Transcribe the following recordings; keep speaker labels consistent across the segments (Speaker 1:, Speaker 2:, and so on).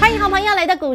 Speaker 1: 欢迎好朋友来到股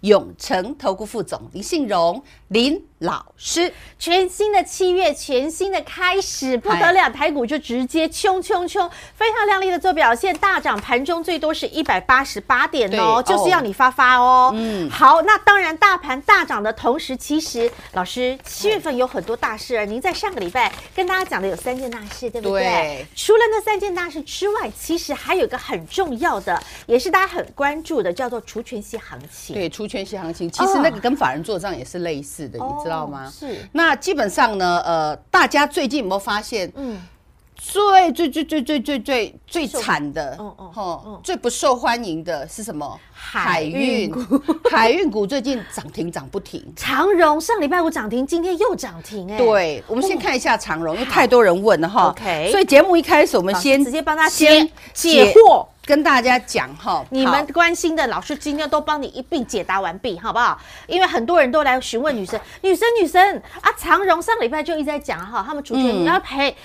Speaker 2: 永诚投顾副总林信荣林老师，
Speaker 1: 全新的七月，全新的开始，不得了！台股就直接冲冲冲，非常亮丽的做表现，大涨，盘中最多是一百八十八点哦，
Speaker 2: 对
Speaker 1: 就是要
Speaker 2: 哦
Speaker 1: 你发发哦。嗯，
Speaker 2: 嗯
Speaker 1: 好，那当然，大盘大涨的同时，其实老师七月份有很多大事儿，啊您在上个礼拜跟大家讲的有三件大事，对不对？
Speaker 2: 对
Speaker 1: 除了那三件大事之外，其实还有一个很重要的，也是大家很关注的，叫做除权息行情。
Speaker 2: 对出圈西行情，其实那个跟法人做账也是类似的，
Speaker 1: 哦，
Speaker 2: 你知道吗？
Speaker 1: 是，
Speaker 2: 那基本上呢，呃，大家最近有没有发现，
Speaker 1: 嗯，
Speaker 2: 最最最最最最最最惨的，
Speaker 1: 嗯嗯嗯
Speaker 2: 哦，最不受欢迎的是什么？
Speaker 1: 海运
Speaker 2: 股，海运股最近涨停涨不停。
Speaker 1: 长荣上礼拜五涨停，今天又涨停、哎，，
Speaker 2: 对，我们先看一下长荣，因为太多人问了哈。
Speaker 1: OK
Speaker 2: 所以节目一开始，我们
Speaker 1: 老师
Speaker 2: 先
Speaker 1: 直接帮他
Speaker 2: 先
Speaker 1: 解解
Speaker 2: 解惑，跟大家讲哈。
Speaker 1: 你
Speaker 2: 好
Speaker 1: 们关心的老师今天都帮你一并解答完毕，好不好？因为很多人都来询问女生，女生女生啊，长荣上礼拜就一直在讲哈，他们除权
Speaker 2: 嗯
Speaker 1: 要赔，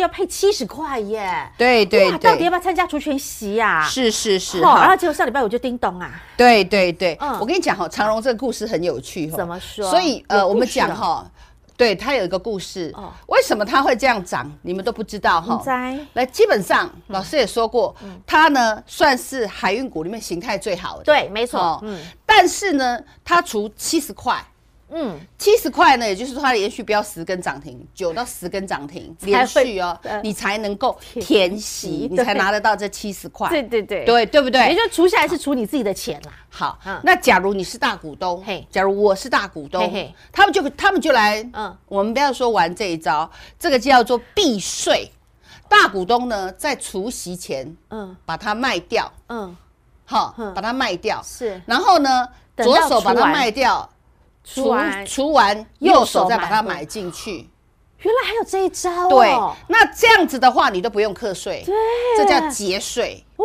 Speaker 1: 要配七十块耶，
Speaker 2: 对对
Speaker 1: 哇到底要
Speaker 2: 对，
Speaker 1: 不要参加除权席呀？
Speaker 2: 是是是
Speaker 1: 哦，然后
Speaker 2: 哈，
Speaker 1: 结果上礼拜我就叮咚啊，
Speaker 2: 对对对
Speaker 1: 嗯，
Speaker 2: 我跟你讲哈，长荣这个故事很有趣哈。
Speaker 1: 怎么说
Speaker 2: 所以呃，
Speaker 1: 有
Speaker 2: 我
Speaker 1: 故
Speaker 2: 们
Speaker 1: 事
Speaker 2: 讲
Speaker 1: 哦
Speaker 2: 哈，对它有一个故事
Speaker 1: 哦，
Speaker 2: 为什么它会这样涨，你们都不知道
Speaker 1: 你
Speaker 2: 哈。
Speaker 1: 在
Speaker 2: 来，基本上
Speaker 1: 嗯
Speaker 2: 老师也说过，它呢算是海运股里面形态最好的。
Speaker 1: 对，没错
Speaker 2: 哦，
Speaker 1: 嗯
Speaker 2: 但是呢，它除七十块。
Speaker 1: 嗯，
Speaker 2: 七十块呢，也就是说它连续标十根涨停，九到十根涨停连续哦
Speaker 1: 才会呃，
Speaker 2: 你才能够
Speaker 1: 填
Speaker 2: 填
Speaker 1: 息
Speaker 2: 息，你
Speaker 1: 对
Speaker 2: 才拿得到这七十块，
Speaker 1: 对对对，
Speaker 2: 对对不
Speaker 1: 也
Speaker 2: 对？
Speaker 1: 就除下来是除你自己的钱啦，
Speaker 2: 好
Speaker 1: 嗯，
Speaker 2: 那假如你是大股东
Speaker 1: 嘿，
Speaker 2: 假如我是大股
Speaker 1: 嘿
Speaker 2: 东
Speaker 1: 嘿，
Speaker 2: 他们就他们就来
Speaker 1: 嗯，
Speaker 2: 我们不要说玩这一招，这个叫做避税。大股东呢，在除息前
Speaker 1: 嗯
Speaker 2: 把它卖掉，
Speaker 1: 嗯，
Speaker 2: 哈
Speaker 1: 嗯，
Speaker 2: 把它卖掉，
Speaker 1: 是
Speaker 2: 然后呢，
Speaker 1: 等
Speaker 2: 左
Speaker 1: 到
Speaker 2: 手把
Speaker 1: 除
Speaker 2: 它
Speaker 1: 完
Speaker 2: 卖掉，
Speaker 1: 除完
Speaker 2: 除完
Speaker 1: 右
Speaker 2: 右
Speaker 1: 手
Speaker 2: 手再
Speaker 1: 买
Speaker 2: 把它
Speaker 1: 回
Speaker 2: 买进去。
Speaker 1: 原来还有这一招
Speaker 2: 对
Speaker 1: 哦，，
Speaker 2: 那这样子的话，你都不用课税，这叫节税。
Speaker 1: 哦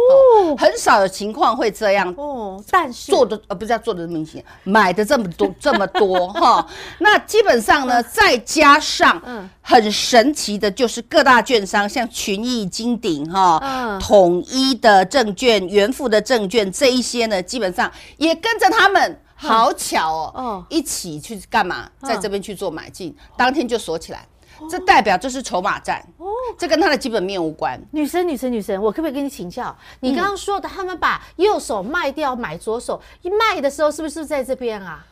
Speaker 2: 很少有情况会这样
Speaker 1: 哦，但是
Speaker 2: 做的，呃，不是叫做的明显，买的这么多 这么多哈。那基本上呢，再加上
Speaker 1: 嗯
Speaker 2: 很神奇的，就是各大券商，像群益、金鼎
Speaker 1: 嗯
Speaker 2: 哈、统一的证券、元富的证券这一些呢，基本上也跟着他们。好巧
Speaker 1: 嗯哦
Speaker 2: 哦，一起去干嘛？
Speaker 1: 嗯
Speaker 2: 在这边去做买进，当天就锁起来，这代表这是筹码战。这跟它的基本面无关。
Speaker 1: 哦女生，女生，女生，我可不可以跟你请教？
Speaker 2: 嗯
Speaker 1: 你刚刚说的，他们把右手卖掉买左手，一卖的时候是不是在这边啊？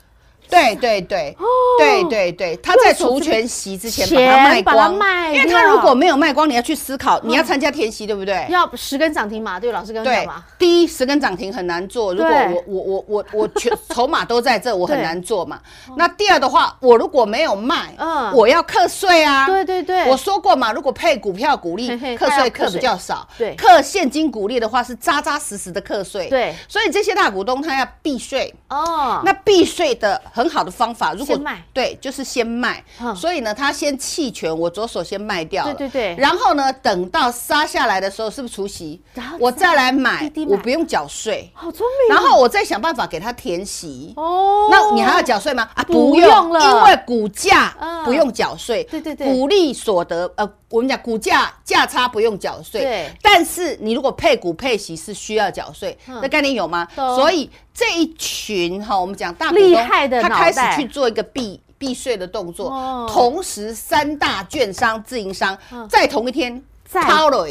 Speaker 2: 对对对，
Speaker 1: 哦
Speaker 2: 对对对，他在除权息之前把它卖
Speaker 1: 钱把它
Speaker 2: 光，
Speaker 1: 卖
Speaker 2: 因为
Speaker 1: 掉嗯
Speaker 2: 他如果没有卖光，你要去思考，你要参加填息，对不对？
Speaker 1: 要十根涨停嘛？对，老师刚刚讲
Speaker 2: 对
Speaker 1: 嘛。，
Speaker 2: 第一十根涨停很难做。如果
Speaker 1: 对
Speaker 2: 我我我我我全 筹码都在这，我很
Speaker 1: 对
Speaker 2: 难做嘛。那第二的话，我如果没有卖，
Speaker 1: 嗯
Speaker 2: 我要课税啊。
Speaker 1: 对对对，
Speaker 2: 我说过嘛，如果配股票股利
Speaker 1: 嘿嘿，
Speaker 2: 课
Speaker 1: 它要
Speaker 2: 税
Speaker 1: 课
Speaker 2: 课比
Speaker 1: 税
Speaker 2: 较少，
Speaker 1: 对
Speaker 2: 课现金股利的话是扎扎实实的课税。
Speaker 1: 对
Speaker 2: 所以这些大股东他要避税，
Speaker 1: 哦，
Speaker 2: 那避税的很好的方法，如果
Speaker 1: 先卖
Speaker 2: 对，就是先卖
Speaker 1: 嗯。
Speaker 2: 所以呢，他先弃权，我左手先卖掉了，
Speaker 1: 对对对
Speaker 2: 然后呢，等到杀下来的时候，是不是除息
Speaker 1: 然后？
Speaker 2: 我再来买
Speaker 1: 滴滴，买
Speaker 2: 我不用缴税，
Speaker 1: 好聪明
Speaker 2: 然
Speaker 1: 哦。
Speaker 2: 后我再想办法给他填息。
Speaker 1: 哦
Speaker 2: 那你还要缴税吗？啊，
Speaker 1: 不
Speaker 2: 不
Speaker 1: 用
Speaker 2: 用
Speaker 1: 了
Speaker 2: 因为股价
Speaker 1: 嗯
Speaker 2: 不用缴税。
Speaker 1: 对对对
Speaker 2: 股利所得，呃，我们讲股价价差不用缴税。
Speaker 1: 对
Speaker 2: 但是你如果配股配息是需要缴税，
Speaker 1: 嗯
Speaker 2: 那概念有吗？
Speaker 1: 懂
Speaker 2: 所以这一群哈，我们讲大股
Speaker 1: 厉
Speaker 2: 东，
Speaker 1: 害的
Speaker 2: 他
Speaker 1: 脑
Speaker 2: 开始
Speaker 1: 袋
Speaker 2: 去做一个避避税的动作
Speaker 1: 哦，
Speaker 2: 同时三大券商、自营商
Speaker 1: 嗯
Speaker 2: 在同一天
Speaker 1: 在
Speaker 2: 抛了，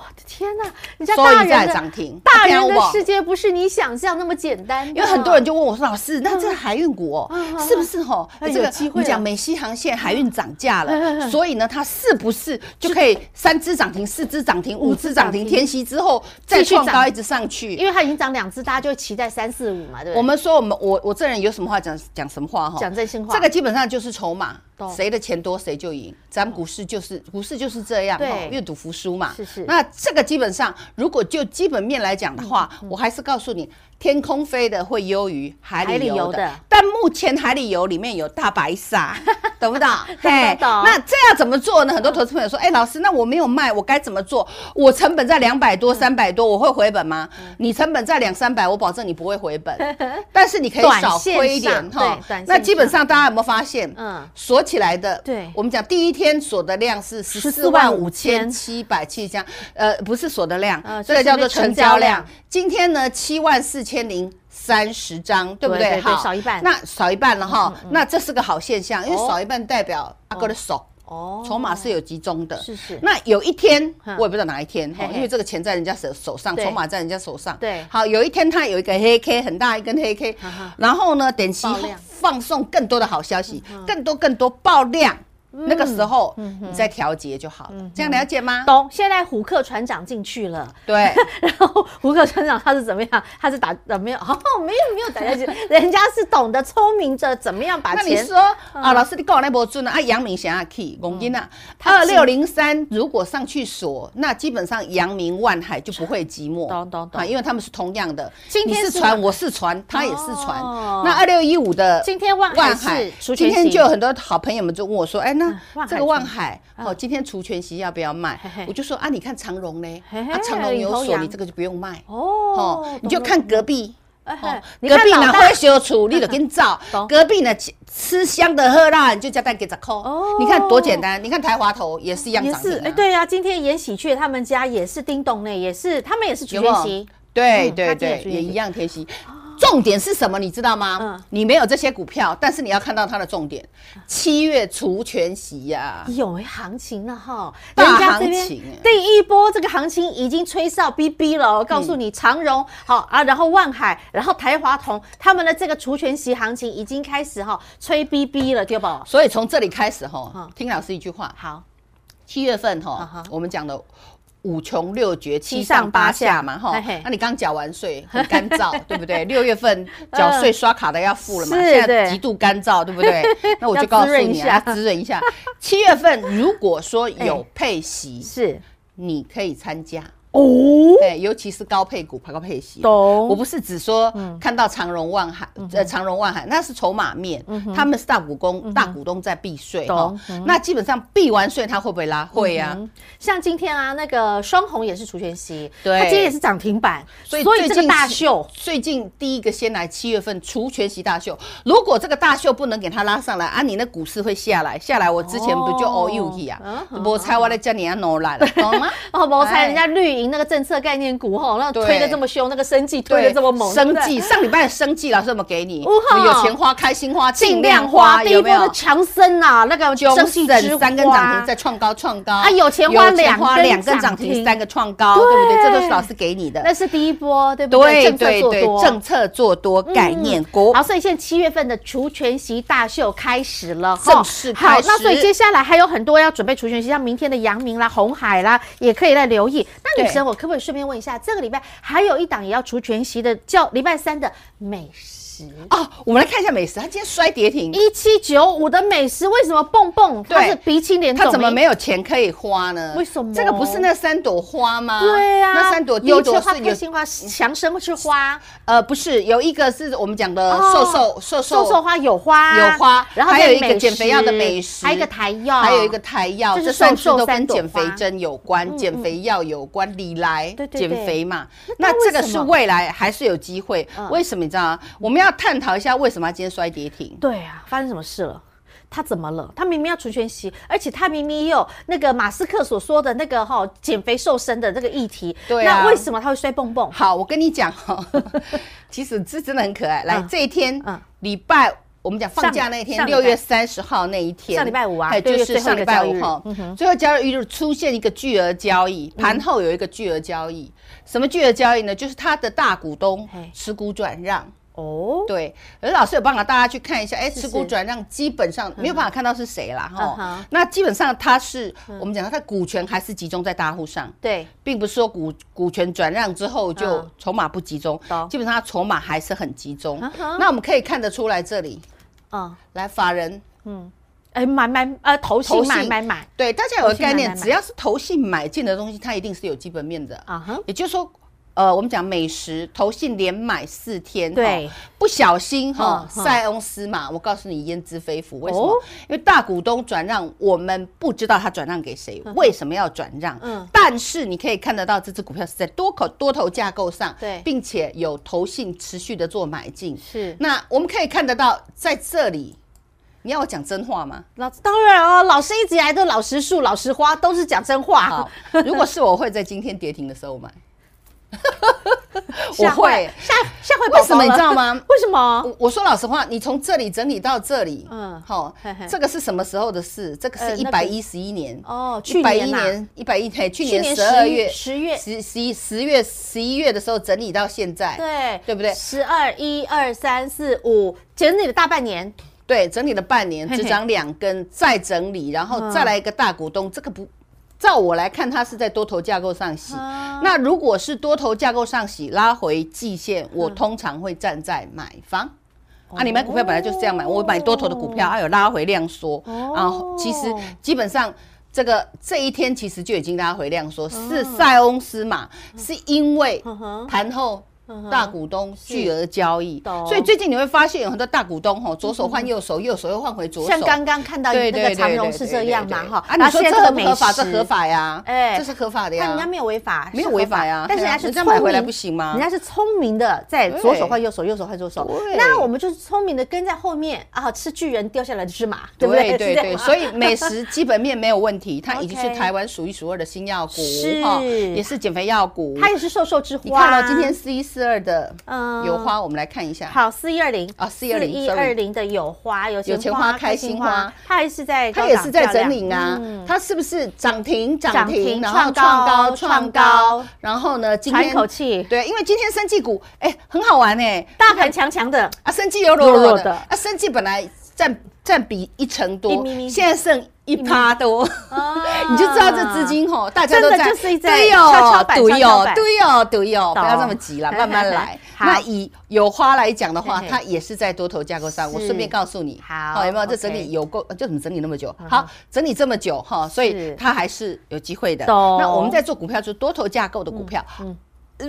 Speaker 1: 我的天哪，人家
Speaker 2: 所
Speaker 1: 大
Speaker 2: 以在
Speaker 1: 人
Speaker 2: 涨
Speaker 1: 的
Speaker 2: 停，
Speaker 1: 大
Speaker 2: 听
Speaker 1: 人
Speaker 2: 有
Speaker 1: 的
Speaker 2: 无
Speaker 1: 世界不是你想象那么简单的，啊
Speaker 2: 因为很多人就问我说：“老师，那这个海运股哦
Speaker 1: 嗯嗯嗯，
Speaker 2: 是不是哦？
Speaker 1: 嗯
Speaker 2: 这
Speaker 1: 有
Speaker 2: 个
Speaker 1: 机会了
Speaker 2: 我们讲美西航线海运涨价
Speaker 1: 嗯嗯嗯
Speaker 2: 了，所以呢，它是不是就可以三只涨停、四只涨停、五只涨
Speaker 1: 五只涨停
Speaker 2: 停，填息之后
Speaker 1: 继
Speaker 2: 再
Speaker 1: 续
Speaker 2: 创高，
Speaker 1: 涨
Speaker 2: 一直上去
Speaker 1: 因？为他已经涨两只，大家就会期待三四五嘛，对不对？
Speaker 2: 我们说我们我我这人有什么话讲讲什么话哈？
Speaker 1: 讲真心话，
Speaker 2: 这个基本上就是筹码，
Speaker 1: 懂
Speaker 2: 谁的钱多谁就赢。咱们股市就是股市就是这样，
Speaker 1: 对
Speaker 2: 哦愿赌服输嘛。
Speaker 1: 是是
Speaker 2: 那这个基本上，如果就基本面来讲的话，
Speaker 1: 嗯
Speaker 2: 我还是告诉你，天空飞的会优于海
Speaker 1: 海里
Speaker 2: 里游
Speaker 1: 游
Speaker 2: 的。
Speaker 1: 的
Speaker 2: 但目前海里游里面有大白鲨， 懂不懂？嘿
Speaker 1: 懂懂
Speaker 2: 那这要怎么做呢？很多投资朋友说，哎，老师，那我没有卖，我该怎么做？我成本在两百多、
Speaker 1: 嗯
Speaker 2: 三百多，我会回本吗？你成本在两三百，我保证你不会回 本，但是你可以
Speaker 1: 短
Speaker 2: 少
Speaker 1: 线
Speaker 2: 亏一
Speaker 1: 上
Speaker 2: 点哈
Speaker 1: 对短。
Speaker 2: 那
Speaker 1: 线
Speaker 2: 基本
Speaker 1: 上
Speaker 2: 上大家有没有发现？
Speaker 1: 嗯
Speaker 2: 嗯，锁起来的，
Speaker 1: 对
Speaker 2: 我们讲第一天锁的量是十四万五千七百七十张，呃，不是锁的量，
Speaker 1: 呃
Speaker 2: 这个
Speaker 1: 就是
Speaker 2: 叫
Speaker 1: 那
Speaker 2: 做
Speaker 1: 成
Speaker 2: 成
Speaker 1: 交
Speaker 2: 交
Speaker 1: 量
Speaker 2: 量。今天呢，七万四千零。三十张，对不
Speaker 1: 对对对
Speaker 2: 对？好
Speaker 1: 少一半嗯
Speaker 2: 那少一半了哈。那这是个好现象，因为
Speaker 1: 哦
Speaker 2: 少一半代表阿哥的手
Speaker 1: 哦
Speaker 2: 筹码是有集中的。
Speaker 1: 是是
Speaker 2: 那有一天，
Speaker 1: 嗯
Speaker 2: 我也不知道哪一天哈
Speaker 1: 嘿，嘿
Speaker 2: 因为这个钱在人家手手上，
Speaker 1: 对
Speaker 2: 筹码在人家手上。
Speaker 1: 对
Speaker 2: 好，有一天它有一个黑 K 很大一根黑 K，
Speaker 1: 哈哈
Speaker 2: 然后呢，等息
Speaker 1: 爆量嗯
Speaker 2: 放送更多的好消息，更多更多爆量。那个时候你再调节就好
Speaker 1: 嗯
Speaker 2: 了，这样了解吗？
Speaker 1: 懂，现在胡克船长进去了，
Speaker 2: 对，
Speaker 1: 然后胡克船长他是怎么样？他是打呃没有， 哦没有没有打下去，人家是懂得聪明着怎么样把
Speaker 2: 那你
Speaker 1: 钱嗯
Speaker 2: 说啊，老师你讲那不准啊？啊，阳明想要去，龚金啊，
Speaker 1: 他
Speaker 2: 二
Speaker 1: 进
Speaker 2: 六零三如果上去锁，那基本上阳明万海就不会寂寞。
Speaker 1: 懂懂懂
Speaker 2: 啊因为他们是同样的，
Speaker 1: 今天
Speaker 2: 你是
Speaker 1: 是
Speaker 2: 船，我是船，他也是船。
Speaker 1: 哦
Speaker 2: 那二六一五的
Speaker 1: 今天万海是除权
Speaker 2: 今
Speaker 1: 息
Speaker 2: 天就有很多好朋友们就问我说，哎，那
Speaker 1: 嗯万海嗯
Speaker 2: 这个万海哦，今天除权息要不要卖
Speaker 1: 嘿嘿？
Speaker 2: 我就说啊，你看长荣嘞，
Speaker 1: 嘿嘿
Speaker 2: 啊，长荣有
Speaker 1: 领头
Speaker 2: 锁，
Speaker 1: 羊
Speaker 2: 你这个就不用卖。
Speaker 1: 哦
Speaker 2: 哦，，你就看隔壁。
Speaker 1: 懂懂
Speaker 2: 哦
Speaker 1: 哎，你
Speaker 2: 隔
Speaker 1: 看
Speaker 2: 壁
Speaker 1: 老
Speaker 2: 呢
Speaker 1: 大
Speaker 2: 会修厨， 你就跟照
Speaker 1: 懂；
Speaker 2: 隔壁呢吃吃香的喝辣，你就加蛋给十扣。
Speaker 1: 哦
Speaker 2: 你看多简单！你看台华头也是一样
Speaker 1: 也
Speaker 2: 涨停
Speaker 1: 是
Speaker 2: 啊、
Speaker 1: 哎，对呀，今天演喜鹊他们家也是叮咚呢，也是他们也是
Speaker 2: 有
Speaker 1: 举
Speaker 2: 没
Speaker 1: 学
Speaker 2: 有
Speaker 1: 习，
Speaker 2: 对
Speaker 1: 嗯
Speaker 2: 对
Speaker 1: 它今天也
Speaker 2: 对
Speaker 1: 出，现
Speaker 2: 也一样贴息。重点是什么？你知道吗
Speaker 1: 哦嗯？
Speaker 2: 你没有这些股票，但是你要看到它的重点。七月除权息呀，
Speaker 1: 有哎行情了哈，
Speaker 2: 大
Speaker 1: 人家这
Speaker 2: 行
Speaker 1: 边
Speaker 2: 情哎
Speaker 1: 第一波这个行情已经吹哨逼逼了
Speaker 2: 嗯
Speaker 1: 哦，告诉你长荣好啊，然后万海，然后台华同他们的这个除权息行情已经开始哈吹逼逼了，对不？
Speaker 2: 所以从这里开始
Speaker 1: 嗯
Speaker 2: 哈，听老师一句话，
Speaker 1: 好，
Speaker 2: 七月份
Speaker 1: 啊
Speaker 2: 哈
Speaker 1: 哈，
Speaker 2: 我们讲的五穷六绝，
Speaker 1: 七
Speaker 2: 七
Speaker 1: 上
Speaker 2: 上
Speaker 1: 八
Speaker 2: 八
Speaker 1: 下
Speaker 2: 下嘛哈
Speaker 1: 嘿嘿。
Speaker 2: 那你刚缴完税，很干燥，对不对？六月份缴税刷卡的要付了嘛，
Speaker 1: 是
Speaker 2: 现
Speaker 1: 对
Speaker 2: 在极度干燥，对不对？那我就
Speaker 1: 要
Speaker 2: 告诉
Speaker 1: 滋润一
Speaker 2: 你
Speaker 1: 下
Speaker 2: 啊，要滋润一下。七月份如果说有配息，
Speaker 1: 是
Speaker 2: 你可以参加。
Speaker 1: 哦，
Speaker 2: 对，尤其是高配股、高配息。
Speaker 1: 懂
Speaker 2: 我不是只说
Speaker 1: 嗯
Speaker 2: 看到长荣万海，呃，长荣万海那是筹码面，
Speaker 1: 嗯
Speaker 2: 他们是大股东，大股东在避税哈
Speaker 1: 懂。嗯
Speaker 2: 那基本上避完税，它会不会拉？会啊呀。
Speaker 1: 像今天啊，那个双红也是除权息，
Speaker 2: 对
Speaker 1: 它今天也是涨停板，所
Speaker 2: 所
Speaker 1: 以
Speaker 2: 以
Speaker 1: 这
Speaker 2: 最
Speaker 1: 个
Speaker 2: 近
Speaker 1: 大
Speaker 2: 是
Speaker 1: 秀
Speaker 2: 最近第一个先来七月份除权息大秀，如果这个大秀不能给它拉上来啊，你那股市会下来，下来我之前不就
Speaker 1: 哦
Speaker 2: all you 啊
Speaker 1: 嗯？
Speaker 2: 我猜我在叫你啊 no 啦，懂吗？
Speaker 1: 哦，我猜
Speaker 2: 哎
Speaker 1: 人家绿营那个政策概念股吼，那
Speaker 2: 对
Speaker 1: 推的这么凶，那个生计推的这么猛，对
Speaker 2: 生
Speaker 1: 不对
Speaker 2: 计上礼拜的生计老师有没有给你？
Speaker 1: 哦哈
Speaker 2: 我们有钱花，开心花，
Speaker 1: 尽量花，第一
Speaker 2: 有
Speaker 1: 波
Speaker 2: 没有
Speaker 1: 的？强森呐，那个
Speaker 2: 九
Speaker 1: 生计之
Speaker 2: 省三根涨
Speaker 1: 花
Speaker 2: 停，再创高，创高
Speaker 1: 啊有钱花
Speaker 2: 有钱花
Speaker 1: 两根
Speaker 2: 两
Speaker 1: 涨停
Speaker 2: 根涨停，三个创高，对不
Speaker 1: 对
Speaker 2: 对？这都是老师给你的
Speaker 1: 那。是第一波，对不对？
Speaker 2: 对
Speaker 1: 政策
Speaker 2: 对
Speaker 1: 做
Speaker 2: 对，
Speaker 1: 多，嗯
Speaker 2: 政策做多概念股
Speaker 1: 好，所以现在七月份的除权息大秀开始了，哈
Speaker 2: 正式开
Speaker 1: 好，那
Speaker 2: 始
Speaker 1: 所以接下来还有很多要准备除权息，像明天的阳明啦、红海啦，也可以来留意。那女
Speaker 2: 对
Speaker 1: 神，我可不可以顺便问一下，这个礼拜还有一档也要除权息的，叫礼拜三的美食。
Speaker 2: 哦，我们来看一下美食，它今天摔跌停，
Speaker 1: 一七九五的美食为什么蹦蹦？它
Speaker 2: 对
Speaker 1: 是鼻青脸肿，
Speaker 2: 它怎么没有钱可以花呢？
Speaker 1: 为什么
Speaker 2: 这个不是那三朵花吗？
Speaker 1: 对呀、啊，
Speaker 2: 那三朵第
Speaker 1: 有
Speaker 2: 一
Speaker 1: 钱
Speaker 2: 朵
Speaker 1: 花、
Speaker 2: 是
Speaker 1: 开
Speaker 2: 有
Speaker 1: 心花、强生是花，
Speaker 2: 呃，不是有一个是我们讲的
Speaker 1: 哦
Speaker 2: 瘦瘦瘦
Speaker 1: 瘦瘦
Speaker 2: 瘦，
Speaker 1: 花有花，
Speaker 2: 有花
Speaker 1: 然后
Speaker 2: 还有
Speaker 1: 再
Speaker 2: 一个
Speaker 1: 美
Speaker 2: 减
Speaker 1: 食
Speaker 2: 肥药的美食
Speaker 1: 还有一个台药，
Speaker 2: 还有一个台药，
Speaker 1: 就是
Speaker 2: 这三
Speaker 1: 瘦
Speaker 2: 支
Speaker 1: 瘦
Speaker 2: 都
Speaker 1: 三
Speaker 2: 跟
Speaker 1: 朵
Speaker 2: 减肥
Speaker 1: 花嗯
Speaker 2: 针有关，减肥药有关，理来
Speaker 1: 对对
Speaker 2: 减
Speaker 1: 对
Speaker 2: 肥嘛。
Speaker 1: 那
Speaker 2: 那
Speaker 1: 为
Speaker 2: 这个
Speaker 1: 什
Speaker 2: 是
Speaker 1: 么
Speaker 2: 未来还是有机会
Speaker 1: 嗯？
Speaker 2: 为什么你知道吗？我们要探讨一下为什么它今天摔跌停。
Speaker 1: 对啊，发生什么事了？他怎么了？他明明要除权息，而且他明明也有那个马斯克所说的那个哈、减肥瘦身的这个议题，
Speaker 2: 对啊
Speaker 1: 那为什么他会摔蹦蹦？
Speaker 2: 好，我跟你 讲哈、哦，其实这真的很可爱。来，
Speaker 1: 嗯
Speaker 2: 这一天
Speaker 1: 嗯，
Speaker 2: 礼、拜我们讲放假
Speaker 1: 上
Speaker 2: 那一
Speaker 1: 上
Speaker 2: 天，
Speaker 1: 礼拜
Speaker 2: 六月三十号那一天，
Speaker 1: 上礼拜五啊
Speaker 2: 哎
Speaker 1: 对
Speaker 2: 就
Speaker 1: 最
Speaker 2: 是
Speaker 1: 后
Speaker 2: 上
Speaker 1: 一个
Speaker 2: 礼拜
Speaker 1: 交易
Speaker 2: 五
Speaker 1: 日嗯
Speaker 2: 哈、最后交易日出现一个巨额交易，盘后有一个巨额交易，什么巨额交易呢？就是他的大股东
Speaker 1: 嘿
Speaker 2: 持股转让。
Speaker 1: 哦，
Speaker 2: 对，而老师有办法大家去看一下，哎，
Speaker 1: 是
Speaker 2: 持股转让基本上没有办法看到是谁啦，
Speaker 1: 嗯哼嗯
Speaker 2: 哈。那基本上它是我们讲它的股权还是集中在大户上，
Speaker 1: 对，
Speaker 2: 并不是说股股权转让之后就
Speaker 1: 嗯
Speaker 2: 筹码不集中
Speaker 1: 懂，
Speaker 2: 基本上它筹码还是很集中
Speaker 1: 啊哈。
Speaker 2: 那我们可以看得出来，这里
Speaker 1: 嗯，
Speaker 2: 来法人
Speaker 1: 嗯，哎买买呃投
Speaker 2: 投
Speaker 1: 信
Speaker 2: 信
Speaker 1: 买买买
Speaker 2: 对，大家有个
Speaker 1: 投信
Speaker 2: 概
Speaker 1: 买
Speaker 2: 念，
Speaker 1: 买买
Speaker 2: 只要是投信买进的东西，它一定是有基本面的
Speaker 1: 啊哈
Speaker 2: 也就是说，呃，我们讲美食，投信连买四天，
Speaker 1: 对
Speaker 2: 哈不小心
Speaker 1: 嗯
Speaker 2: 哈
Speaker 1: 嗯
Speaker 2: 塞翁失马，我告诉你焉知非福，为什
Speaker 1: 哦
Speaker 2: 么？因为大股东转让，我们不知道他转让给谁，为什么要转让？
Speaker 1: 嗯
Speaker 2: 但是你可以看得到这只股票是在多口多头架构上，
Speaker 1: 对
Speaker 2: 并且有投信持续的做买进。
Speaker 1: 是
Speaker 2: 那我们可以看得到，在这里，你要我讲真话吗？
Speaker 1: 老当然哦，老师一直以来都老实树、老实花，都是讲真话
Speaker 2: 好。，如果是我会在今天跌停的 时候买，我
Speaker 1: 吓坏
Speaker 2: 会。
Speaker 1: 吓吓坏宝宝了
Speaker 2: 为什么你知道吗 哦
Speaker 1: 为什么？
Speaker 2: 啊我我说老实话，你从这里整理到这里，
Speaker 1: 嗯
Speaker 2: 嗯，好
Speaker 1: 嘿嘿，
Speaker 2: 这个是什么时候的事？这个
Speaker 1: 呃
Speaker 2: 是一
Speaker 1: 那
Speaker 2: 百
Speaker 1: 个
Speaker 2: 一十一年
Speaker 1: 哦去
Speaker 2: 111
Speaker 1: 年呐
Speaker 2: 年一百一嘿，
Speaker 1: 去
Speaker 2: 去
Speaker 1: 年
Speaker 2: 年十二
Speaker 1: 11
Speaker 2: 月、
Speaker 1: 10月
Speaker 2: 十十一十月十一月的时候整理到现在，
Speaker 1: 对
Speaker 2: 对不对？
Speaker 1: 十二一二三四五，整理了大半年，
Speaker 2: 对，整理了半年，
Speaker 1: 嘿嗯嘿
Speaker 2: 只涨两根，再整理，然后再来一个大股东，这个不。照我来看，它是在多头架构上洗。
Speaker 1: 啊
Speaker 2: 那如果是多头架构上洗，拉回季
Speaker 1: 嗯
Speaker 2: 线，我通常会站在买方。
Speaker 1: 哦
Speaker 2: 啊，你买股票本来就是这样买，我买多头的股票，还有拉回量缩，
Speaker 1: 哦
Speaker 2: 然后其实基本上这个这一天其实就已经拉回量缩，是塞翁失马，是因为
Speaker 1: 嗯哼
Speaker 2: 盘后
Speaker 1: 嗯哼
Speaker 2: 大股东巨额交易，
Speaker 1: 懂嗯
Speaker 2: 所以最近你会发现有很多大股东吼，左手换右手，右手又换回左手。
Speaker 1: 像刚刚看到那
Speaker 2: 对
Speaker 1: 个
Speaker 2: 对
Speaker 1: 长
Speaker 2: 对
Speaker 1: 荣
Speaker 2: 对
Speaker 1: 是
Speaker 2: 对
Speaker 1: 这样
Speaker 2: 对
Speaker 1: 嘛
Speaker 2: 对
Speaker 1: 哈，
Speaker 2: 啊，你说这合不合法？这
Speaker 1: 法。
Speaker 2: 合法呀，
Speaker 1: 哎
Speaker 2: 这是合法的
Speaker 1: 但
Speaker 2: 呀。
Speaker 1: 人家没有违法，
Speaker 2: 没有
Speaker 1: 是合
Speaker 2: 违法呀
Speaker 1: 但是人家是
Speaker 2: 人家
Speaker 1: 聪
Speaker 2: 买回来
Speaker 1: 明
Speaker 2: 不行吗
Speaker 1: 人家是聪明的，在左手
Speaker 2: 对
Speaker 1: 换右手，右手换左手。
Speaker 2: 对
Speaker 1: 那我们就是聪明的跟在后面啊，吃巨人掉下来的芝麻，对不对？
Speaker 2: 对对
Speaker 1: 是这
Speaker 2: 对，
Speaker 1: 样吗
Speaker 2: 所以美食基本面没有问题， 它已经是
Speaker 1: OK
Speaker 2: 台湾数一数二的新药股
Speaker 1: 是
Speaker 2: 哈，也是减肥药股。
Speaker 1: 它也是瘦瘦之花。
Speaker 2: 你看哦到今天四一四二的
Speaker 1: 嗯
Speaker 2: 有花，我们来看一下，
Speaker 1: 好四一二零
Speaker 2: 啊4120
Speaker 1: 一二
Speaker 2: sorry
Speaker 1: 零的有花有
Speaker 2: 有钱花开心花，
Speaker 1: 它还是在
Speaker 2: 它
Speaker 1: 高
Speaker 2: 也
Speaker 1: 档
Speaker 2: 是在
Speaker 1: 漂亮
Speaker 2: 整理啊
Speaker 1: 嗯，
Speaker 2: 它是不是涨停
Speaker 1: 涨
Speaker 2: 涨
Speaker 1: 停
Speaker 2: 停，然后
Speaker 1: 创
Speaker 2: 创
Speaker 1: 高创
Speaker 2: 高创
Speaker 1: 高
Speaker 2: 高，然后呢，今
Speaker 1: 喘一
Speaker 2: 天
Speaker 1: 口气，
Speaker 2: 对，因为今天生技股哎很好玩哎，
Speaker 1: 大盘强强的，
Speaker 2: 啊，生技又弱
Speaker 1: 弱
Speaker 2: 弱
Speaker 1: 弱
Speaker 2: 的
Speaker 1: 的
Speaker 2: 啊，生技本来占占比一成
Speaker 1: 一
Speaker 2: 多
Speaker 1: 咪咪，
Speaker 2: 现在剩一趴多， 你就知道这资金吼，大家都
Speaker 1: 啊真的
Speaker 2: 在
Speaker 1: 就是一直在
Speaker 2: 对
Speaker 1: 跷跷
Speaker 2: 哦
Speaker 1: 板，
Speaker 2: 对
Speaker 1: 跷跷
Speaker 2: 哦
Speaker 1: 板，
Speaker 2: 对哦，对哦，不要
Speaker 1: 懂。
Speaker 2: 这么急了，慢慢来
Speaker 1: 好
Speaker 2: 那以有花来讲的话
Speaker 1: 嘿嘿，
Speaker 2: 它也是在多头架构上。我
Speaker 1: 是
Speaker 2: 顺便告诉你，
Speaker 1: 好
Speaker 2: 有没有？这
Speaker 1: OK 嗯
Speaker 2: 整理有够，呃就怎么整理那么久？好，整理这么久哈，所以
Speaker 1: 是
Speaker 2: 它还是有机会的。
Speaker 1: 懂嗯
Speaker 2: 那我们在做股票就是多头架构的股票，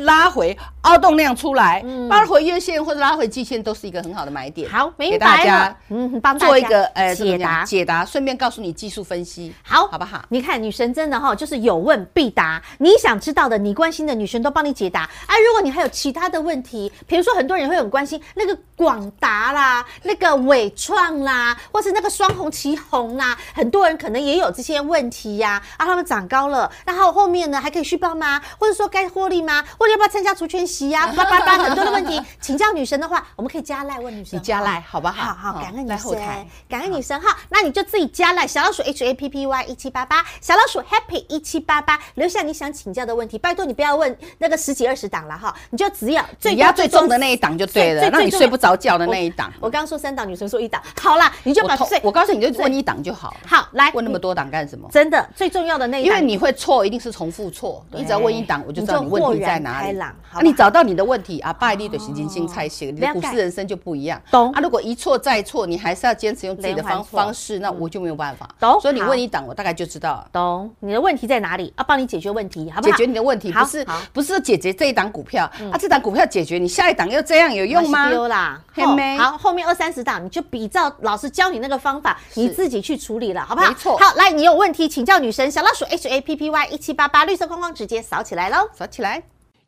Speaker 2: 拉回凹动量出来，拉回月线或者拉回季线都是一个很好的买点。
Speaker 1: 好，明
Speaker 2: 给大
Speaker 1: 白
Speaker 2: 家
Speaker 1: 了，嗯，帮大家
Speaker 2: 做一个呃怎么
Speaker 1: 解
Speaker 2: 讲
Speaker 1: 答。
Speaker 2: 解答，顺便告诉你技术分析，
Speaker 1: 好，
Speaker 2: 好不好？
Speaker 1: 你看女神真的哈，就是有问必答，你想知道的，你关心的，女神都帮你解答。啊，如果你还有其他的问题，比如说很多人会很关心那个广达啦，那个伟创啦，或是那个双红旗红啦，很多人可能也有这些问题呀、啊。他们长高了，那还有后面呢，还可以续报吗？或者说该获利吗？或者要不要参加除权息呀、叭叭叭，很多的问题，请教女神的话，我们可以加赖问女神。
Speaker 2: 你加赖好不好？
Speaker 1: 好好，感恩女
Speaker 2: 在后
Speaker 1: 神
Speaker 2: 台。，
Speaker 1: 感恩女神哈，那你就自己加了小老鼠 H A P P Y 一七八八，小老鼠 Happy 一七八八，留下你想请教的问题，拜托你不要问那个十几二十档了哈，你就只要最
Speaker 2: 你
Speaker 1: 多
Speaker 2: 压最重的那一档就对了，
Speaker 1: 最最
Speaker 2: 让你
Speaker 1: 最
Speaker 2: 睡不着觉的那一档。
Speaker 1: 我刚刚说三档，女神说一档，好啦，你就
Speaker 2: 我
Speaker 1: 把
Speaker 2: 同
Speaker 1: 最
Speaker 2: 我告诉你，就问一档就好了。
Speaker 1: 好来
Speaker 2: 问那么多档干什么？
Speaker 1: 真的最重要的那一
Speaker 2: 因
Speaker 1: 档，
Speaker 2: 为你会错，一定是重复错。
Speaker 1: 对
Speaker 2: 你只要问一档，我就知道你问题在
Speaker 1: 你就豁然
Speaker 2: 哪
Speaker 1: 开
Speaker 2: 里。
Speaker 1: 朗好吧哦
Speaker 2: 啊你找到你的问题啊，拜利的行金星拆写，你
Speaker 1: 了
Speaker 2: 的
Speaker 1: 解
Speaker 2: 股市人生就不一样。
Speaker 1: 懂
Speaker 2: 啊，如果一错再错，你还是要坚持用自己的
Speaker 1: 连环
Speaker 2: 方
Speaker 1: 错嗯
Speaker 2: 方式，那我就没有办法。
Speaker 1: 懂
Speaker 2: 所以你
Speaker 1: 好
Speaker 2: 问一档，我大概就知道了。
Speaker 1: 懂你的问题在哪里，要帮你解决问题，好不
Speaker 2: 解
Speaker 1: 好？
Speaker 2: 决你的问题，
Speaker 1: 好
Speaker 2: 不是
Speaker 1: 好嗯
Speaker 2: 不是解决这一档股票啊，这档股票解决你下一档又这样有用
Speaker 1: 还
Speaker 2: 吗
Speaker 1: 是？丢啦，
Speaker 2: 嘿
Speaker 1: 吼
Speaker 2: 妹
Speaker 1: 好，后面二三十档你就比照老师教你那个方法，你自己去处理了，好不好？
Speaker 2: 没错
Speaker 1: 好，来，你有问题请教女神小老鼠 H A P P Y 一七八八，绿色框框直接扫起来喽。
Speaker 2: 扫起来。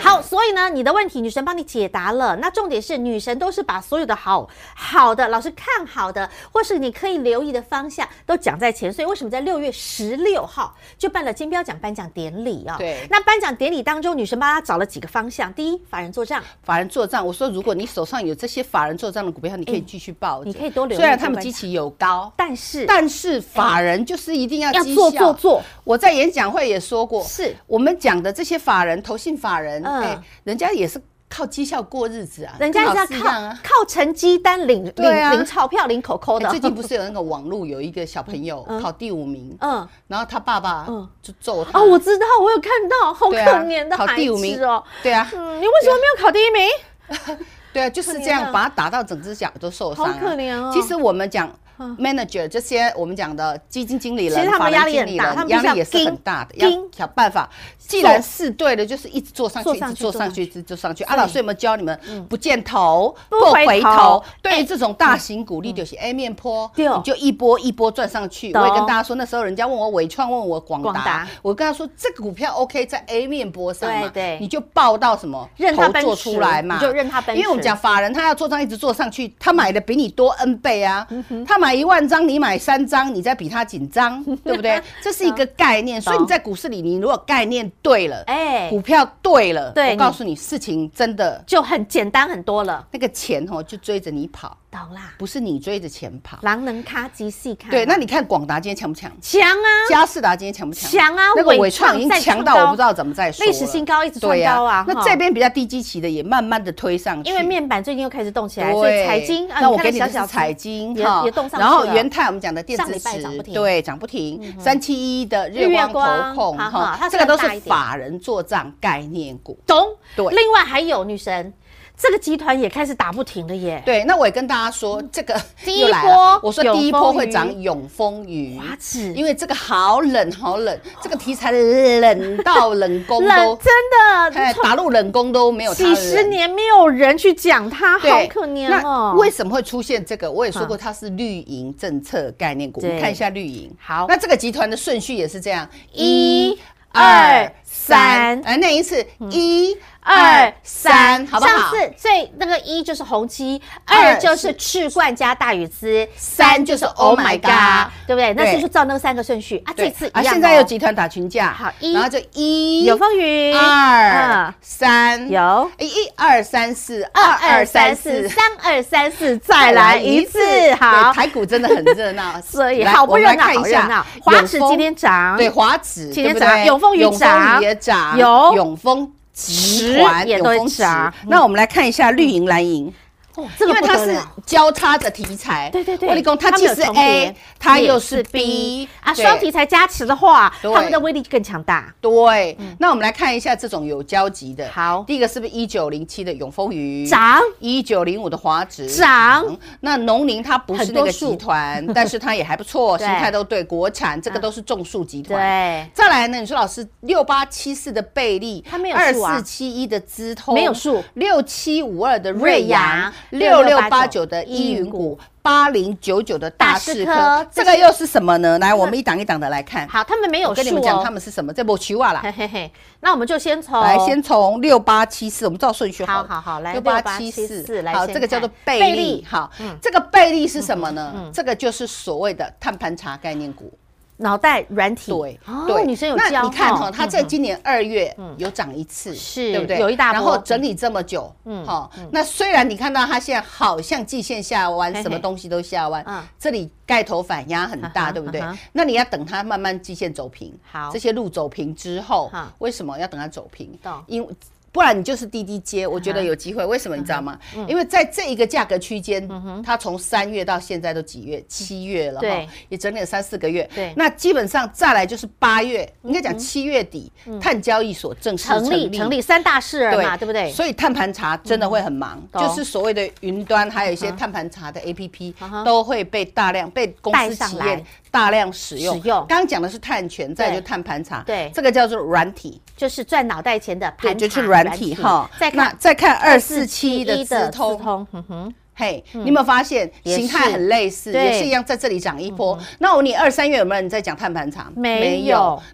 Speaker 1: 好，所以呢，你的问题女神帮你解答了。那重点是，女神都是把所有的好好的，老师看好的，或是你可以留意的方向，都讲在前。所以为什么在六月十六号就办了金标奖颁奖典礼啊、
Speaker 2: 对
Speaker 1: 那颁奖典礼当中，女神帮他找了几个方向：第一，法人做账，
Speaker 2: 法人做账，我说如果你手上有这些法人做账的股票，你可以继续抱着、
Speaker 1: 嗯你可以多留意
Speaker 2: 虽然
Speaker 1: 这
Speaker 2: 他们
Speaker 1: 个
Speaker 2: 基期有高，
Speaker 1: 但是
Speaker 2: 但是法人就是一定要
Speaker 1: 嗯要
Speaker 2: 绩
Speaker 1: 做
Speaker 2: 效
Speaker 1: 做做。
Speaker 2: 我在演讲会也说过，
Speaker 1: 是
Speaker 2: 我们讲的这些法人、投信法人，
Speaker 1: 嗯
Speaker 2: 哎，人家也是靠绩效过日子啊，
Speaker 1: 人家
Speaker 2: 跟
Speaker 1: 是
Speaker 2: 老
Speaker 1: 要
Speaker 2: 师一
Speaker 1: 靠、
Speaker 2: 样啊。
Speaker 1: 靠成绩单领领、
Speaker 2: 对啊
Speaker 1: 领钞票、领口口的。
Speaker 2: 哎最近不是有那个网络有一个小 朋友考第五名，
Speaker 1: 嗯。
Speaker 2: 然后他爸爸
Speaker 1: 嗯
Speaker 2: 就揍他。
Speaker 1: 哦，我知道，我有看到，好可
Speaker 2: 对啊
Speaker 1: 怜的
Speaker 2: 考
Speaker 1: 孩
Speaker 2: 第五名
Speaker 1: 子哦。
Speaker 2: 对啊，
Speaker 1: 嗯，你为什么没有考第一名？
Speaker 2: 对啊，就是这
Speaker 1: 可怜啊
Speaker 2: 样把他打到整只脚都受伤啊。
Speaker 1: 好可怜哦
Speaker 2: 其实我们讲
Speaker 1: 嗯
Speaker 2: manager 这些，我们讲的基金经理人、
Speaker 1: 其实他们
Speaker 2: 法人
Speaker 1: 压力
Speaker 2: 经
Speaker 1: 很
Speaker 2: 理
Speaker 1: 大
Speaker 2: 人
Speaker 1: 他们必须
Speaker 2: 压
Speaker 1: 要
Speaker 2: 力也是很大的，
Speaker 1: 盯
Speaker 2: 要
Speaker 1: 盯
Speaker 2: 想办法。既然是对的，就是一直做上去，
Speaker 1: 做
Speaker 2: 一直
Speaker 1: 上去
Speaker 2: 做上去，
Speaker 1: 做上去
Speaker 2: 一直做上去。
Speaker 1: 所
Speaker 2: 啊，
Speaker 1: 以
Speaker 2: 老师有没有教你们不见头、哎嗯
Speaker 1: 不回
Speaker 2: 回
Speaker 1: 头？
Speaker 2: 对于这种大型股利就是 A 面坡，
Speaker 1: 对哦
Speaker 2: 你就一波一波赚上去。
Speaker 1: 懂
Speaker 2: 我也跟大家说，那时候人家问我伟创，问我广
Speaker 1: 广达
Speaker 2: 达，我跟他说这个股票 OK 在 A 面坡上嘛，
Speaker 1: 对对
Speaker 2: 你就报到什么
Speaker 1: 任它
Speaker 2: 头
Speaker 1: 奔
Speaker 2: 做
Speaker 1: 驰
Speaker 2: 出来嘛，
Speaker 1: 你就任它奔驰
Speaker 2: 因为我们讲法人他要做账一直做上去，他买的比你多 N 倍啊，
Speaker 1: 嗯
Speaker 2: 他买一万张，你买三张，你再比他紧 张，对不对？这是一个概念，所以你在股市里，你如果概念对了，
Speaker 1: 哎
Speaker 2: 股票对了，
Speaker 1: 对
Speaker 2: 我告诉你，事情真的
Speaker 1: 就很简单很多了，
Speaker 2: 那个钱哦就追着你跑，
Speaker 1: 懂啦。
Speaker 2: 不是你追着钱跑。
Speaker 1: 狼能卡即细看嘛，啊
Speaker 2: 对，那你看广达今天强不强？
Speaker 1: 强啊，
Speaker 2: 嘉士达今天强不强？
Speaker 1: 强啊
Speaker 2: 那个
Speaker 1: 伟
Speaker 2: 伟
Speaker 1: 创
Speaker 2: 创已经
Speaker 1: 再
Speaker 2: 强
Speaker 1: 创
Speaker 2: 到
Speaker 1: 高
Speaker 2: 我不知道怎么再说
Speaker 1: 历史
Speaker 2: 了
Speaker 1: 新高一直
Speaker 2: 对
Speaker 1: 创
Speaker 2: 呀
Speaker 1: 高啊哈
Speaker 2: 那这边比较低基期的也慢慢的推上去，
Speaker 1: 因为面板最近又开始动起来，
Speaker 2: 对
Speaker 1: 所以财经啊，
Speaker 2: 那我
Speaker 1: 看它
Speaker 2: 给你
Speaker 1: 小
Speaker 2: 的是
Speaker 1: 小
Speaker 2: 彩
Speaker 1: 只
Speaker 2: 金
Speaker 1: 也也动上去了
Speaker 2: 然后元泰我们讲的电
Speaker 1: 上
Speaker 2: 子
Speaker 1: 礼拜涨不
Speaker 2: 池
Speaker 1: 停，嗯
Speaker 2: 对，涨不停，三七一的日
Speaker 1: 日月
Speaker 2: 光
Speaker 1: 光
Speaker 2: 投控
Speaker 1: 好好它
Speaker 2: 这个
Speaker 1: 虽然
Speaker 2: 都
Speaker 1: 大一
Speaker 2: 是
Speaker 1: 点
Speaker 2: 法人做账概念股。
Speaker 1: 懂。
Speaker 2: 对
Speaker 1: 另外还有女神，这个集团也开始打不停了耶。
Speaker 2: 对，那我也跟大家说，这个
Speaker 1: 嗯第一
Speaker 2: 又来
Speaker 1: 波
Speaker 2: 了我说第一波
Speaker 1: 永丰
Speaker 2: 会
Speaker 1: 鱼
Speaker 2: 涨永丰鱼
Speaker 1: 华指
Speaker 2: 因为这个好冷好冷，这个题材冷到冷宫
Speaker 1: 冷
Speaker 2: 都，
Speaker 1: 真
Speaker 2: 哎
Speaker 1: 的，
Speaker 2: 打入冷宫都没有它
Speaker 1: 几
Speaker 2: 冷。
Speaker 1: 十年没有人去讲它，
Speaker 2: 对
Speaker 1: 好可怜哦。
Speaker 2: 那为什么会出现这个？我也说过，它是绿营政策概念股。我
Speaker 1: 对
Speaker 2: 们看一下绿营。
Speaker 1: 好
Speaker 2: 那这个集团的顺序也是这样：
Speaker 1: 一二三嗯
Speaker 2: 哎，那一次一
Speaker 1: 二三，
Speaker 2: 好不好？
Speaker 1: 上次最那个一就是宏基，二就是赤冠加大禹资，
Speaker 2: 三就是 Oh my God，
Speaker 1: 对不对？那
Speaker 2: 对
Speaker 1: 是就照那三个顺序啊，这
Speaker 2: 对
Speaker 1: 次一
Speaker 2: 啊，
Speaker 1: 样哦。
Speaker 2: 现在有集团打群架，
Speaker 1: 好一
Speaker 2: 然后就一
Speaker 1: 有风云
Speaker 2: 二
Speaker 1: 嗯
Speaker 2: 三
Speaker 1: 有
Speaker 2: 哎一二三四
Speaker 1: 二二三四三二三四，再来一次，好
Speaker 2: 对。台股真的很热闹，
Speaker 1: 所以
Speaker 2: 来
Speaker 1: 好不
Speaker 2: 我们
Speaker 1: 热
Speaker 2: 来
Speaker 1: 闹，
Speaker 2: 看
Speaker 1: 好
Speaker 2: 一
Speaker 1: 热
Speaker 2: 下
Speaker 1: 闹。
Speaker 2: 永
Speaker 1: 华指
Speaker 2: 丰
Speaker 1: 今天涨，
Speaker 2: 对华指
Speaker 1: 今天
Speaker 2: 对不对
Speaker 1: 涨永丰鱼
Speaker 2: 永丰
Speaker 1: 涨
Speaker 2: 也涨，
Speaker 1: 有
Speaker 2: 永丰集
Speaker 1: 池
Speaker 2: 团
Speaker 1: 也
Speaker 2: 永
Speaker 1: 都
Speaker 2: 丰
Speaker 1: 涨
Speaker 2: 涨。那我们来看一下绿营蓝营。
Speaker 1: 哦这个
Speaker 2: 因为
Speaker 1: 不
Speaker 2: 它
Speaker 1: 得
Speaker 2: 是
Speaker 1: 了。
Speaker 2: 交叉的题材，
Speaker 1: 对对对，
Speaker 2: 我立功，它
Speaker 1: 们
Speaker 2: 既
Speaker 1: 有
Speaker 2: 是
Speaker 1: 重叠
Speaker 2: A，它
Speaker 1: 也
Speaker 2: 又是 B
Speaker 1: 啊，
Speaker 2: 对
Speaker 1: 双题材加持的话，
Speaker 2: 对
Speaker 1: 他们的威力就更强大。
Speaker 2: 对，那我们来看一下这种有交集的。
Speaker 1: 嗯好
Speaker 2: 第一个是不是一九零七的永丰鱼
Speaker 1: 涨？
Speaker 2: 一九零五的华指
Speaker 1: 涨？
Speaker 2: 那农林它不是
Speaker 1: 很多
Speaker 2: 那个
Speaker 1: 数
Speaker 2: 集团， 但是它也还不错，
Speaker 1: 对嗯
Speaker 2: 形态都对。国产这个都是种树集团。
Speaker 1: 对
Speaker 2: 再来呢，你说老师六八七四的贝利，
Speaker 1: 它没有
Speaker 2: 二
Speaker 1: 数啊
Speaker 2: 四七一的资通
Speaker 1: 没有数，
Speaker 2: 六七五二的瑞阳，六六八
Speaker 1: 6689
Speaker 2: 九的依云股。八零九九的大
Speaker 1: 大士
Speaker 2: 士
Speaker 1: 科
Speaker 2: 科，这个又是什么呢？来，我们一档一档的来看。
Speaker 1: 好，他们没有
Speaker 2: 我跟你
Speaker 1: 数
Speaker 2: 们讲
Speaker 1: 哦。
Speaker 2: 他们是什么，这波奇瓦啦
Speaker 1: 嘿。嘿嘿，那我们就先从
Speaker 2: 来，先从六八七四，我们照顺序了
Speaker 1: 好好好来
Speaker 2: 六八七四
Speaker 1: 6874，来
Speaker 2: 好，
Speaker 1: 先
Speaker 2: 这个叫做
Speaker 1: 看贝
Speaker 2: 贝
Speaker 1: 利嗯
Speaker 2: 利，好，这个贝利是什么呢？这个就是所谓的碳盘查概念股，
Speaker 1: 脑袋软体。
Speaker 2: 对
Speaker 1: 哦，
Speaker 2: 对，
Speaker 1: 女生有
Speaker 2: 那
Speaker 1: 教
Speaker 2: 你看哈
Speaker 1: 哦，
Speaker 2: 它在今年二月有涨一次，
Speaker 1: 嗯是
Speaker 2: 对不对？
Speaker 1: 有一大波
Speaker 2: 然后整理这么久，嗯，好，那虽然你看到它现在好像季线下弯
Speaker 1: 嘿嘿，
Speaker 2: 什么东西都下弯
Speaker 1: 嗯，
Speaker 2: 这里盖头反压很
Speaker 1: 啊哈
Speaker 2: 大，对不对
Speaker 1: 啊哈？
Speaker 2: 那你要等它慢慢季线走平，
Speaker 1: 好
Speaker 2: 这些路走平之后
Speaker 1: 好，
Speaker 2: 为什么要等它走平
Speaker 1: 懂？啊
Speaker 2: 因为不然你就是滴滴接，我觉得有机会。为什么你知
Speaker 1: 嗯
Speaker 2: 道吗？因为在这一个价格区间，它从三月到现在都几月？七月了
Speaker 1: 对
Speaker 2: 哈，也整理了三四个月。
Speaker 1: 对嗯
Speaker 2: 那基本上再来就是八月，应该讲七月底，碳交易所正式
Speaker 1: 成立成立。三大事儿嘛，对不对？嗯
Speaker 2: 所以碳盘查真的会很忙，
Speaker 1: 懂
Speaker 2: 就是所谓的云端，还有一些碳盘查的 APP，、
Speaker 1: 嗯哼
Speaker 2: 都会被大量被公
Speaker 1: 带
Speaker 2: 司
Speaker 1: 上
Speaker 2: 企
Speaker 1: 来
Speaker 2: 业大量使用。
Speaker 1: 使用
Speaker 2: 刚刚讲的是碳权，再来就
Speaker 1: 对
Speaker 2: 碳盘查，
Speaker 1: 对
Speaker 2: 这个叫做软体。
Speaker 1: 就是赚脑袋钱的
Speaker 2: 对，
Speaker 1: 盘
Speaker 2: 就是
Speaker 1: 查
Speaker 2: 软体哈。
Speaker 1: 再
Speaker 2: 那
Speaker 1: 看
Speaker 2: 再看二四
Speaker 1: 247
Speaker 2: 七的
Speaker 1: 的
Speaker 2: 资
Speaker 1: 资
Speaker 2: 通，
Speaker 1: 通，嗯哼，
Speaker 2: 嘿，你有没有发现
Speaker 1: 也
Speaker 2: 形态
Speaker 1: 是
Speaker 2: 很类似，
Speaker 1: 对嗯
Speaker 2: 也是一样在这里涨一波。那我你二三月有没有人在讲碳盘查？
Speaker 1: 没有。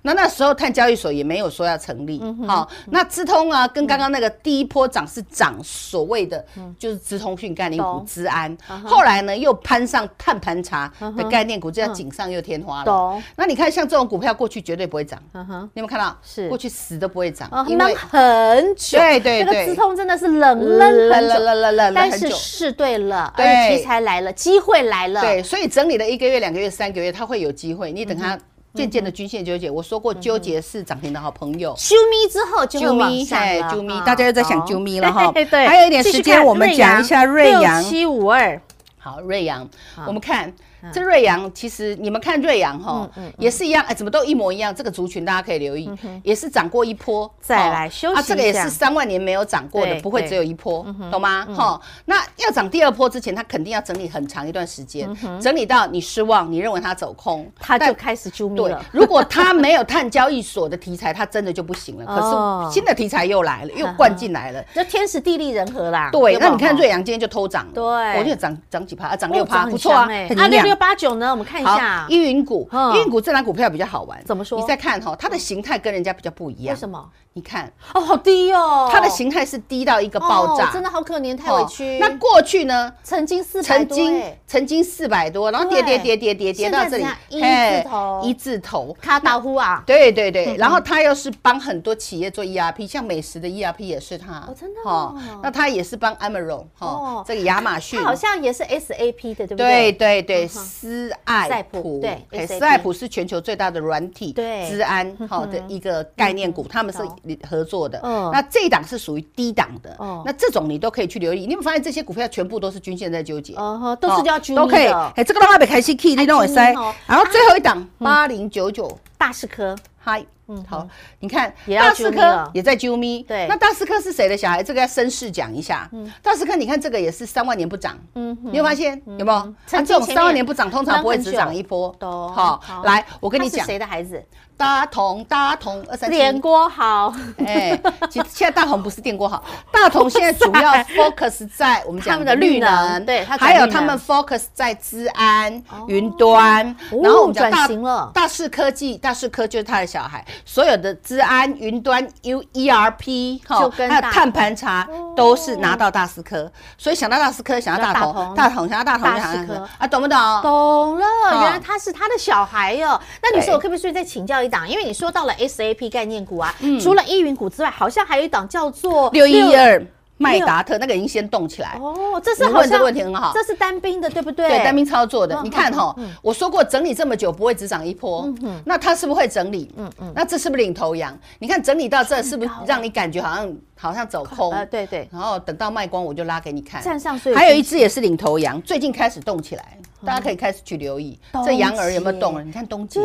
Speaker 2: 那那时候碳交易所也没有说要成立。
Speaker 1: 嗯
Speaker 2: 好，那资通啊，跟刚刚那个第一波涨是涨所谓的就是资通讯概念股
Speaker 1: 嗯懂嗯
Speaker 2: 资安，后来呢又攀上碳盘查的概念股，这叫锦上又添
Speaker 1: 嗯
Speaker 2: 花了。
Speaker 1: 懂，
Speaker 2: 那你看，像这种股票过去绝对不会涨，
Speaker 1: 嗯哼，
Speaker 2: 你有没有看到？
Speaker 1: 是
Speaker 2: 过去死都不会涨
Speaker 1: 哦，，
Speaker 2: 因
Speaker 1: 闷
Speaker 2: 为
Speaker 1: 很久，
Speaker 2: 对对
Speaker 1: 那个
Speaker 2: 对
Speaker 1: 资通真的是冷冷很久，
Speaker 2: 冷冷
Speaker 1: 但
Speaker 2: 很
Speaker 1: 是
Speaker 2: 久。
Speaker 1: 是对了，而
Speaker 2: 对
Speaker 1: 且题材来了，机会来了，
Speaker 2: 对，所以整理了一个月、两个月、三个月，它会有机会。你等
Speaker 1: 嗯
Speaker 2: 它渐渐的均线纠结，我说过，纠结是涨停的好朋友。
Speaker 1: 啾咪之后就会往上
Speaker 2: 哎
Speaker 1: 了，啊
Speaker 2: 啾咪
Speaker 1: 哈
Speaker 2: 大家又在想
Speaker 1: 好
Speaker 2: 啾咪了哈
Speaker 1: 对对，
Speaker 2: 还有一点时间我们讲一下瑞阳
Speaker 1: 七五二，
Speaker 2: 好，瑞阳，我们看
Speaker 1: 嗯
Speaker 2: 这瑞阳，其实你们看瑞阳哈，也是一样，哎，怎么都一模一样。这个族群大家可以留意，也是涨过一波，
Speaker 1: 嗯再
Speaker 2: 哦
Speaker 1: 来休息
Speaker 2: 啊，这个也
Speaker 1: 一下
Speaker 2: 是三万年没有涨过的
Speaker 1: 对，
Speaker 2: 不会
Speaker 1: 对嗯
Speaker 2: 只有一波，懂吗？哈，那要涨第二波之前，它肯定要整理很长一段时间，整理到你失望，你认为它走空，
Speaker 1: 他嗯就
Speaker 2: 但
Speaker 1: 开始啾咪
Speaker 2: 对
Speaker 1: 了，，
Speaker 2: 如果它没有碳交易所的题材，它真的就不 行了。
Speaker 1: 哦
Speaker 2: 可是新的题材 又来了，又灌进来了。
Speaker 1: 这天时地利人和啦。
Speaker 2: 对，
Speaker 1: 有没
Speaker 2: 那
Speaker 1: 有
Speaker 2: 你看
Speaker 1: 哈
Speaker 2: 瑞阳今天就偷涨了，
Speaker 1: 对
Speaker 2: 我觉得涨涨几趴啊，涨
Speaker 1: 哦
Speaker 2: 六趴，
Speaker 1: 涨
Speaker 2: 不错啊，
Speaker 1: 很强哎
Speaker 2: 很
Speaker 1: 啊，
Speaker 2: 营
Speaker 1: 六
Speaker 2: 养
Speaker 1: 六。八九呢？我们看一下
Speaker 2: 好，，依云股，
Speaker 1: 嗯
Speaker 2: 依云股这档股票比较好玩，
Speaker 1: 怎么说
Speaker 2: 你再看哈，它的形态跟人家比较不一样。
Speaker 1: 为什？么？
Speaker 2: 你看
Speaker 1: 哦，好低哦，
Speaker 2: 它的形态是低到一个爆炸
Speaker 1: 哦，真的好可怜，太
Speaker 2: 哦
Speaker 1: 委屈。
Speaker 2: 那过去呢？
Speaker 1: 曾经四百
Speaker 2: 曾
Speaker 1: 多，
Speaker 2: 经
Speaker 1: 哎
Speaker 2: 曾经四百多，然后跌
Speaker 1: 对
Speaker 2: 跌跌跌跌跌
Speaker 1: 现
Speaker 2: 到
Speaker 1: 在
Speaker 2: 这
Speaker 1: 怎
Speaker 2: 里
Speaker 1: 样，一
Speaker 2: 嘿
Speaker 1: 字头
Speaker 2: 一字头，
Speaker 1: 卡达呼啊，
Speaker 2: 对对对，然后他又是帮很多企业做 ERP，像美食的 ERP 也是他，
Speaker 1: 哦真的
Speaker 2: 哈
Speaker 1: 哦
Speaker 2: 那他也是帮 Amazon
Speaker 1: 哦
Speaker 2: 哈，这个亚马逊
Speaker 1: 他，好像也是 SAP 的，对不
Speaker 2: 对
Speaker 1: 对？
Speaker 2: 对对，斯爱
Speaker 1: 赛普
Speaker 2: 普，
Speaker 1: 对 SAP
Speaker 2: 哎斯爱普是全球最大的软体
Speaker 1: 对嗯
Speaker 2: 治安好的一个概念股，他们是
Speaker 1: 懂
Speaker 2: 合作的。
Speaker 1: 嗯
Speaker 2: 那这一档是属于低档的
Speaker 1: 哦，
Speaker 2: 那这种你都可以去留意。你有没有发现这些股票全部都是均线在纠结？
Speaker 1: 哦呵，都是要啾
Speaker 2: 都
Speaker 1: 咪
Speaker 2: 可以，
Speaker 1: 的，
Speaker 2: 哎，这个的话被开始 key，你让我塞
Speaker 1: 啾咪哦。嗯
Speaker 2: 然后最后一档八零九九，
Speaker 1: 大师科
Speaker 2: 嗨，嗯，好，你看
Speaker 1: 也要
Speaker 2: 大师
Speaker 1: 啾咪了
Speaker 2: 科也在啾咪，
Speaker 1: 对嗯
Speaker 2: 那大师科是谁的小孩？这个要绅士讲一下。大师科，你看这个也是三万年不涨，嗯，你有发现有没有？啊
Speaker 1: 曾经
Speaker 2: 这种
Speaker 1: 前面
Speaker 2: 三万年不涨，通常不会
Speaker 1: 闷很
Speaker 2: 只
Speaker 1: 久
Speaker 2: 涨一波。
Speaker 1: 懂好
Speaker 2: 好，来，我
Speaker 1: 我
Speaker 2: 跟你讲，
Speaker 1: 谁的孩子？
Speaker 2: 大同，大同二三七
Speaker 1: 连锅好，
Speaker 2: 哎，其实现在大同不是电锅好，大同现在主 要 focus 在我们讲
Speaker 1: 啊他们的绿能对它转
Speaker 2: 还有
Speaker 1: 绿能
Speaker 2: 他们 focus 在资安、云端，
Speaker 1: 哦
Speaker 2: 然后我们讲
Speaker 1: 转
Speaker 2: 大
Speaker 1: 型了
Speaker 2: 大视科技，大视科就是他的小孩，所有的资安、云端、U E R P 哈
Speaker 1: 就跟
Speaker 2: 还有
Speaker 1: 大哦
Speaker 2: 碳盘查都是拿到大视科，所以想到大视科，想到大
Speaker 1: 想到
Speaker 2: 同，
Speaker 1: 大
Speaker 2: 大同想到大同，
Speaker 1: 大
Speaker 2: 想
Speaker 1: 视科
Speaker 2: 到大同啊，懂不懂？
Speaker 1: 懂了，
Speaker 2: 哦
Speaker 1: 原来他是他的小孩哟。那女士，
Speaker 2: 对
Speaker 1: 我可不可以再请教一档？因为你说到了 SAP 概念股啊，除了依云股之外，好像还有一档叫做
Speaker 2: 嗯六一二麦达特那个已经先动起来，
Speaker 1: 哦，这是
Speaker 2: 你
Speaker 1: 好
Speaker 2: 问这
Speaker 1: 像
Speaker 2: 个问题很好
Speaker 1: 这是单兵的，对不对？
Speaker 2: 对，单兵操作的
Speaker 1: 嗯。嗯
Speaker 2: 你看哈，我说过整理这么久不会只涨一波，那它是不是会整理？嗯嗯，那这是不是领头羊？你看整理到这是不是让你感觉好像好像走空？
Speaker 1: 呃，对对，
Speaker 2: 然后等到卖光我就拉给你看。
Speaker 1: 站上所有嗯
Speaker 2: 还有一只也是领头羊，最近开始动起来，大家可以开始去留意
Speaker 1: 东
Speaker 2: 这羊儿有没有动了？你看东杰，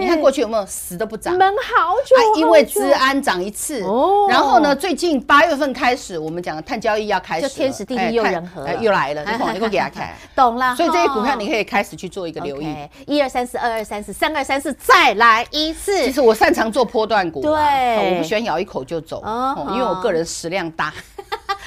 Speaker 2: 你看过去有没有死都不涨？
Speaker 1: 门好久
Speaker 2: 啊，，因为
Speaker 1: 好久
Speaker 2: 治安涨一次
Speaker 1: 哦，
Speaker 2: 然后呢，最近八月份开始，我们讲的碳交易要开始了，
Speaker 1: 就天时地利
Speaker 2: 哎
Speaker 1: 又
Speaker 2: 看
Speaker 1: 人和
Speaker 2: 哎
Speaker 1: 了
Speaker 2: 又来了，你看，你给我给他看。
Speaker 1: 懂了，
Speaker 2: 所以这些股票
Speaker 1: 哈
Speaker 2: 你可以开始去做一个留意。
Speaker 1: 一二三四，二二三四，三二三四，再来一次
Speaker 2: 其。实我擅长做波段股啊，
Speaker 1: 对
Speaker 2: 哦我不喜欢咬一口就走，
Speaker 1: 哦
Speaker 2: 哦因为我个人食量大。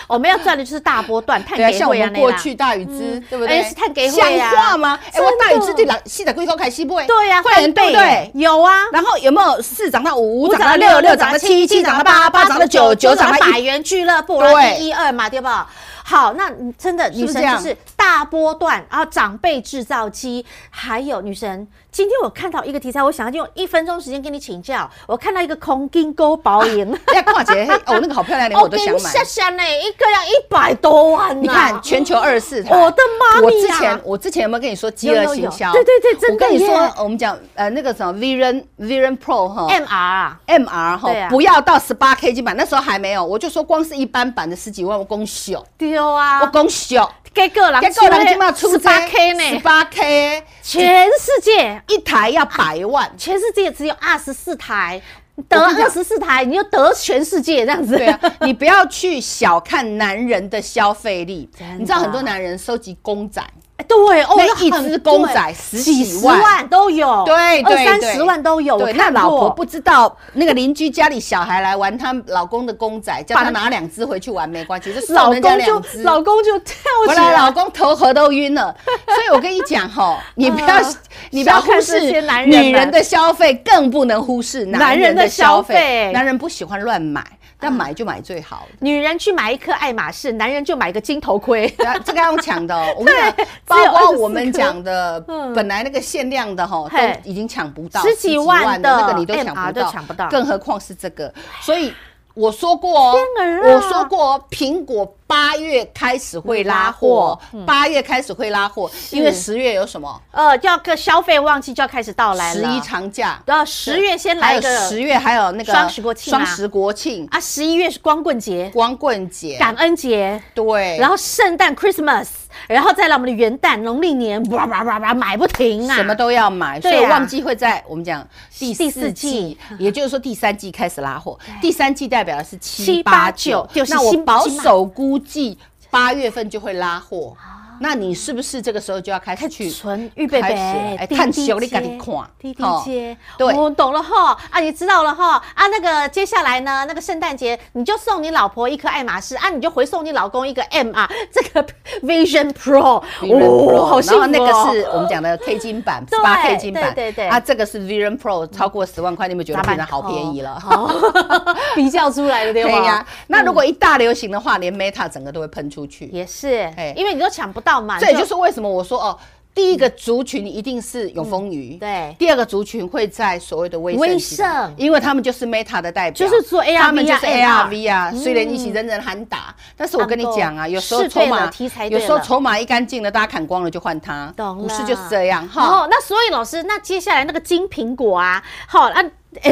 Speaker 1: 我们要赚的就是大波段，探
Speaker 2: 对啊，
Speaker 1: 给
Speaker 2: 像我
Speaker 1: 会啊
Speaker 2: 们
Speaker 1: 那
Speaker 2: 过
Speaker 1: 啦
Speaker 2: 去大禹之，对不
Speaker 1: 哎
Speaker 2: 对？
Speaker 1: 是碳给
Speaker 2: 像
Speaker 1: 会啊
Speaker 2: 话吗？哎，
Speaker 1: 真的
Speaker 2: 我大禹之对了，细的龟壳开西不？
Speaker 1: 对啊呀，
Speaker 2: 会员对不对？
Speaker 1: 有啊，
Speaker 2: 然后有没有四涨到五，五涨到六，六涨到七，七涨到八，八涨到九，九涨到
Speaker 1: 百
Speaker 2: 一。
Speaker 1: 元俱乐部，然后
Speaker 2: 对
Speaker 1: 一一二嘛，对吧？好，那你真的
Speaker 2: 是
Speaker 1: 女
Speaker 2: 不是
Speaker 1: 神
Speaker 2: 这样
Speaker 1: 就是大波段，然后长辈制造机，还有女神。今天我看到一个题材，我想要用一分钟时间跟你请教。我看到一个空金钩保盈，
Speaker 2: 要跨节嘿，哦，那个好漂啊亮，连我都想买
Speaker 1: 下。下呢，一个要一百多万啊哦呐、
Speaker 2: 你看全球二十四台，
Speaker 1: 我的妈咪呀
Speaker 2: 我之前我之前有没有跟你说饥
Speaker 1: 有
Speaker 2: 饿
Speaker 1: 有有
Speaker 2: 行销？
Speaker 1: 对对对真的
Speaker 2: 我跟你
Speaker 1: 耶
Speaker 2: 说，我们讲呃那个什么 Vision Vision Pro 哈
Speaker 1: MR 啊，
Speaker 2: MR
Speaker 1: 对啊
Speaker 2: 哈，不要到十八 K 金版，那时候还没有，我就说光是一般版的十几万，我拱小，
Speaker 1: 丢
Speaker 2: 我
Speaker 1: 啊，
Speaker 2: 拱小，
Speaker 1: 给个人
Speaker 2: 结果人家出
Speaker 1: 十八 K
Speaker 2: 十
Speaker 1: 呢，
Speaker 2: 八 K
Speaker 1: 全世界。
Speaker 2: 一台要百万
Speaker 1: 全世界只有二十四台，得
Speaker 2: 跟你
Speaker 1: 二
Speaker 2: 讲
Speaker 1: 十四台，你就得全世界这样子。
Speaker 2: 对啊，你不要去小看男人的消费力
Speaker 1: 真的，
Speaker 2: 你知道很多男人收集公仔，
Speaker 1: 哎 对哦，
Speaker 2: 那
Speaker 1: 那
Speaker 2: 一
Speaker 1: 很
Speaker 2: 只公
Speaker 1: 贵
Speaker 2: 仔十
Speaker 1: 几
Speaker 2: 几
Speaker 1: 十
Speaker 2: 万
Speaker 1: 万都有，
Speaker 2: 对
Speaker 1: 二
Speaker 2: 对
Speaker 1: 三
Speaker 2: 对
Speaker 1: 十万都有。我
Speaker 2: 对，那
Speaker 1: 看
Speaker 2: 老婆
Speaker 1: 过
Speaker 2: 不知道，那个邻居家里小孩来玩她老公的公仔，叫她拿两只回去玩没关系，就送
Speaker 1: 老
Speaker 2: 人家
Speaker 1: 公就
Speaker 2: 两只。
Speaker 1: 老公就跳
Speaker 2: 回
Speaker 1: 起
Speaker 2: 来，
Speaker 1: 来，
Speaker 2: 老公头壳都晕了。所以我跟你讲 吼，你不要
Speaker 1: 嗯
Speaker 2: 你不要忽
Speaker 1: 小看这
Speaker 2: 视
Speaker 1: 些男人们
Speaker 2: 女人的消费，更不能忽视男人
Speaker 1: 男人的
Speaker 2: 的消
Speaker 1: 消费嗯
Speaker 2: 费。男人不喜欢乱买，但买就买最好的。
Speaker 1: 女人去买一颗爱马仕，男人就买个金头盔。
Speaker 2: 对啊这个要用抢的哦，我跟你讲，包
Speaker 1: 只有
Speaker 2: 括
Speaker 1: 24
Speaker 2: 我们讲的
Speaker 1: 嗯，
Speaker 2: 本来那个限量的哈，都
Speaker 1: 嘿
Speaker 2: 已经抢不到
Speaker 1: 十几
Speaker 2: 几
Speaker 1: 万的
Speaker 2: 的那个，你都
Speaker 1: MR
Speaker 2: 抢不
Speaker 1: 都
Speaker 2: 到，
Speaker 1: 抢不到
Speaker 2: 更何况是这个。所以我说过哦，
Speaker 1: 天儿啊
Speaker 2: 我说过哦，苹果八月开始会拉货，
Speaker 1: 嗯
Speaker 2: 八月开始会拉货，因为十月有什么
Speaker 1: 呃，就要个消费旺季就要开始到来了。
Speaker 2: 十一长假，
Speaker 1: 然后十月先
Speaker 2: 还
Speaker 1: 来
Speaker 2: 有
Speaker 1: 个
Speaker 2: 十月还有那个
Speaker 1: 双十国庆啊
Speaker 2: 双十国庆、
Speaker 1: 啊，十一月是光棍节、
Speaker 2: 光棍节，
Speaker 1: 感恩节，
Speaker 2: 对，
Speaker 1: 然后圣诞 Christmas，然后再来我们的元旦、农历年，哇哇哇哇，买不停啊！
Speaker 2: 什么都要买，所
Speaker 1: 对啊
Speaker 2: 以旺季会在我们讲第
Speaker 1: 第
Speaker 2: 四
Speaker 1: 四季
Speaker 2: 季， 也就是说第三季开始拉货，第三季代表的是
Speaker 1: 七
Speaker 2: 七
Speaker 1: 八
Speaker 2: 八
Speaker 1: 九
Speaker 2: 九，
Speaker 1: 就是
Speaker 2: 那我
Speaker 1: 新
Speaker 2: 保
Speaker 1: 新买
Speaker 2: 守估计八月份就会拉货，那你是不是这个时候就要开始去
Speaker 1: 存预备
Speaker 2: 开始
Speaker 1: 备
Speaker 2: 哎，
Speaker 1: 滴
Speaker 2: 探
Speaker 1: 滴
Speaker 2: 小你
Speaker 1: 接
Speaker 2: 赶紧看，哦
Speaker 1: 滴滴
Speaker 2: 吼
Speaker 1: 接，
Speaker 2: 对
Speaker 1: 我懂了哈啊，你知道了哈啊，那个接下来呢，那个圣诞节你就送你老婆一颗爱马仕啊，你就回送你老公一个 M 啊，这个 Vision Pro，
Speaker 2: Vision
Speaker 1: 哦，好
Speaker 2: Pro，
Speaker 1: 幸
Speaker 2: 然
Speaker 1: 福
Speaker 2: 后
Speaker 1: 哦，
Speaker 2: 那个是我们讲的 K 金版，
Speaker 1: 对
Speaker 2: 八 K 金版，
Speaker 1: 对对对
Speaker 2: 啊，这个是 Vision Pro，超过十万块，你们觉得
Speaker 1: 砸
Speaker 2: 变
Speaker 1: 板
Speaker 2: 得好
Speaker 1: 头
Speaker 2: 便宜了？
Speaker 1: 哦 嗯比较出来的对
Speaker 2: 对
Speaker 1: 吧？
Speaker 2: 呀，那如果一大流行的话，连 Meta 整个都会喷出去。
Speaker 1: 也是
Speaker 2: 哎，
Speaker 1: 因为你都抢不到嘛，
Speaker 2: 这也就是为什么我说哦，第一个族群一定是有风鱼，
Speaker 1: 嗯对
Speaker 2: 第二个族群会在所谓的微
Speaker 1: 微
Speaker 2: 微
Speaker 1: 胜
Speaker 2: 胜，因为他们就是 Meta 的代表，
Speaker 1: 就是做 AR
Speaker 2: 他们就是
Speaker 1: VR
Speaker 2: ARV 啊，虽然一起人人喊打，但是我跟你讲啊，有时候
Speaker 1: 嗯是对
Speaker 2: 筹
Speaker 1: 了
Speaker 2: 码
Speaker 1: 题材对
Speaker 2: 有
Speaker 1: 了
Speaker 2: 时候筹码一干净了，大家砍光了就换它，
Speaker 1: 懂
Speaker 2: 股市
Speaker 1: 了
Speaker 2: 就是这样哈。
Speaker 1: 哦，那所以老师，那接下来那个金苹果啊，好，那哎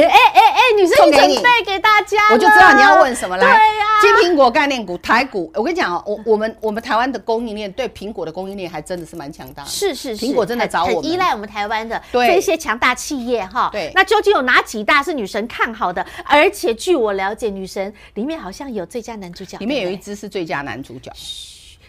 Speaker 1: 哎哎哎，女生
Speaker 2: 送
Speaker 1: 已
Speaker 2: 给
Speaker 1: 准
Speaker 2: 你
Speaker 1: 备给大家了，
Speaker 2: 我就知道你要问什么来，
Speaker 1: 对呀，
Speaker 2: 金苹果概念股、台股，我跟你讲哦，我我们我们台湾的供应链对苹果的供应链还真的是蛮强大的，
Speaker 1: 是啊是是，
Speaker 2: 苹果真的
Speaker 1: 很
Speaker 2: 找我
Speaker 1: 很
Speaker 2: 们
Speaker 1: 依赖我们台湾的
Speaker 2: 对
Speaker 1: 这些强大企业哈。
Speaker 2: 对
Speaker 1: 那究竟有哪几大是女神看好的？而且据我了解，女神里面好像有最佳男主角，
Speaker 2: 里面有
Speaker 1: 对
Speaker 2: 一
Speaker 1: 不对。
Speaker 2: 只是最佳男主角，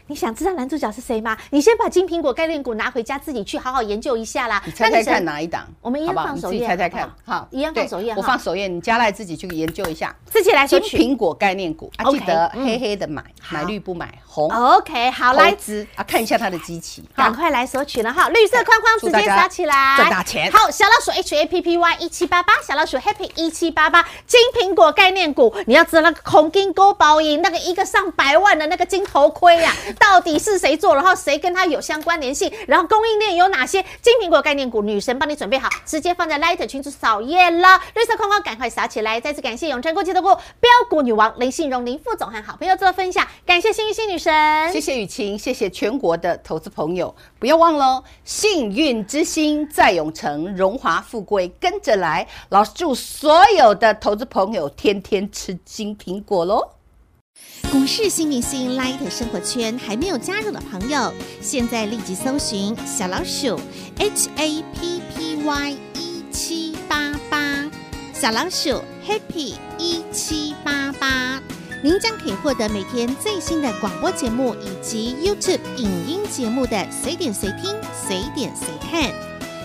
Speaker 1: 你想知道男主角是谁吗？你先把金苹果概念股拿回家，自己去好好研究一下啦。
Speaker 2: 你猜猜看
Speaker 1: 那女神？
Speaker 2: 哪一档？
Speaker 1: 我们一样
Speaker 2: 好不好
Speaker 1: 放
Speaker 2: 你
Speaker 1: 首
Speaker 2: 自己
Speaker 1: 页
Speaker 2: 猜猜
Speaker 1: 好
Speaker 2: 看，
Speaker 1: 不好
Speaker 2: 好，
Speaker 1: 一样
Speaker 2: 对
Speaker 1: 放首页
Speaker 2: 我
Speaker 1: 哈
Speaker 2: 放首页，你加来自己去研究一下。
Speaker 1: 自己来
Speaker 2: 金
Speaker 1: 索取。
Speaker 2: 苹果概念股啊，
Speaker 1: OK，
Speaker 2: 记得
Speaker 1: 嗯
Speaker 2: 黑黑的买，买绿不买红。
Speaker 1: OK，好，
Speaker 2: 投
Speaker 1: 来
Speaker 2: 资啊，看一下它的基期。
Speaker 1: 赶快来索取了哈！绿色框框直
Speaker 2: 祝大
Speaker 1: 接
Speaker 2: 家
Speaker 1: 撒起来，
Speaker 2: 赚大钱
Speaker 1: 好，小老鼠 H A P P Y 一七八八，小老鼠 Happy 一七八八，金苹果概念股，你要知道那个孔金勾保银，那个一个上百万的那个金头盔 呀、到底是谁做，然后谁跟它有相关联性，然后供应链有哪些？金苹果概念股，女神帮你准备好，直接放在 Light 群组扫页了。绿色框框赶快撒起来！再次感谢永成国际投顾标股女王林信荣林副总和好朋友做分享，感谢幸运星女神，
Speaker 2: 谢谢雨晴，谢谢全国的投资朋友，不要忘喽！幸运之星在永城，荣华富贵跟着来。老师祝所有的投资朋友天天吃金苹果喽！
Speaker 3: 股市新明星 Light 生活圈还没有加入的朋友，现在立即搜寻小老鼠 HAPPY 一 E 七八八，小老鼠 Happy 一七八八，您将可以获得每天最新的广播节目以及 YouTube 影音节目的随点随听、随点随看。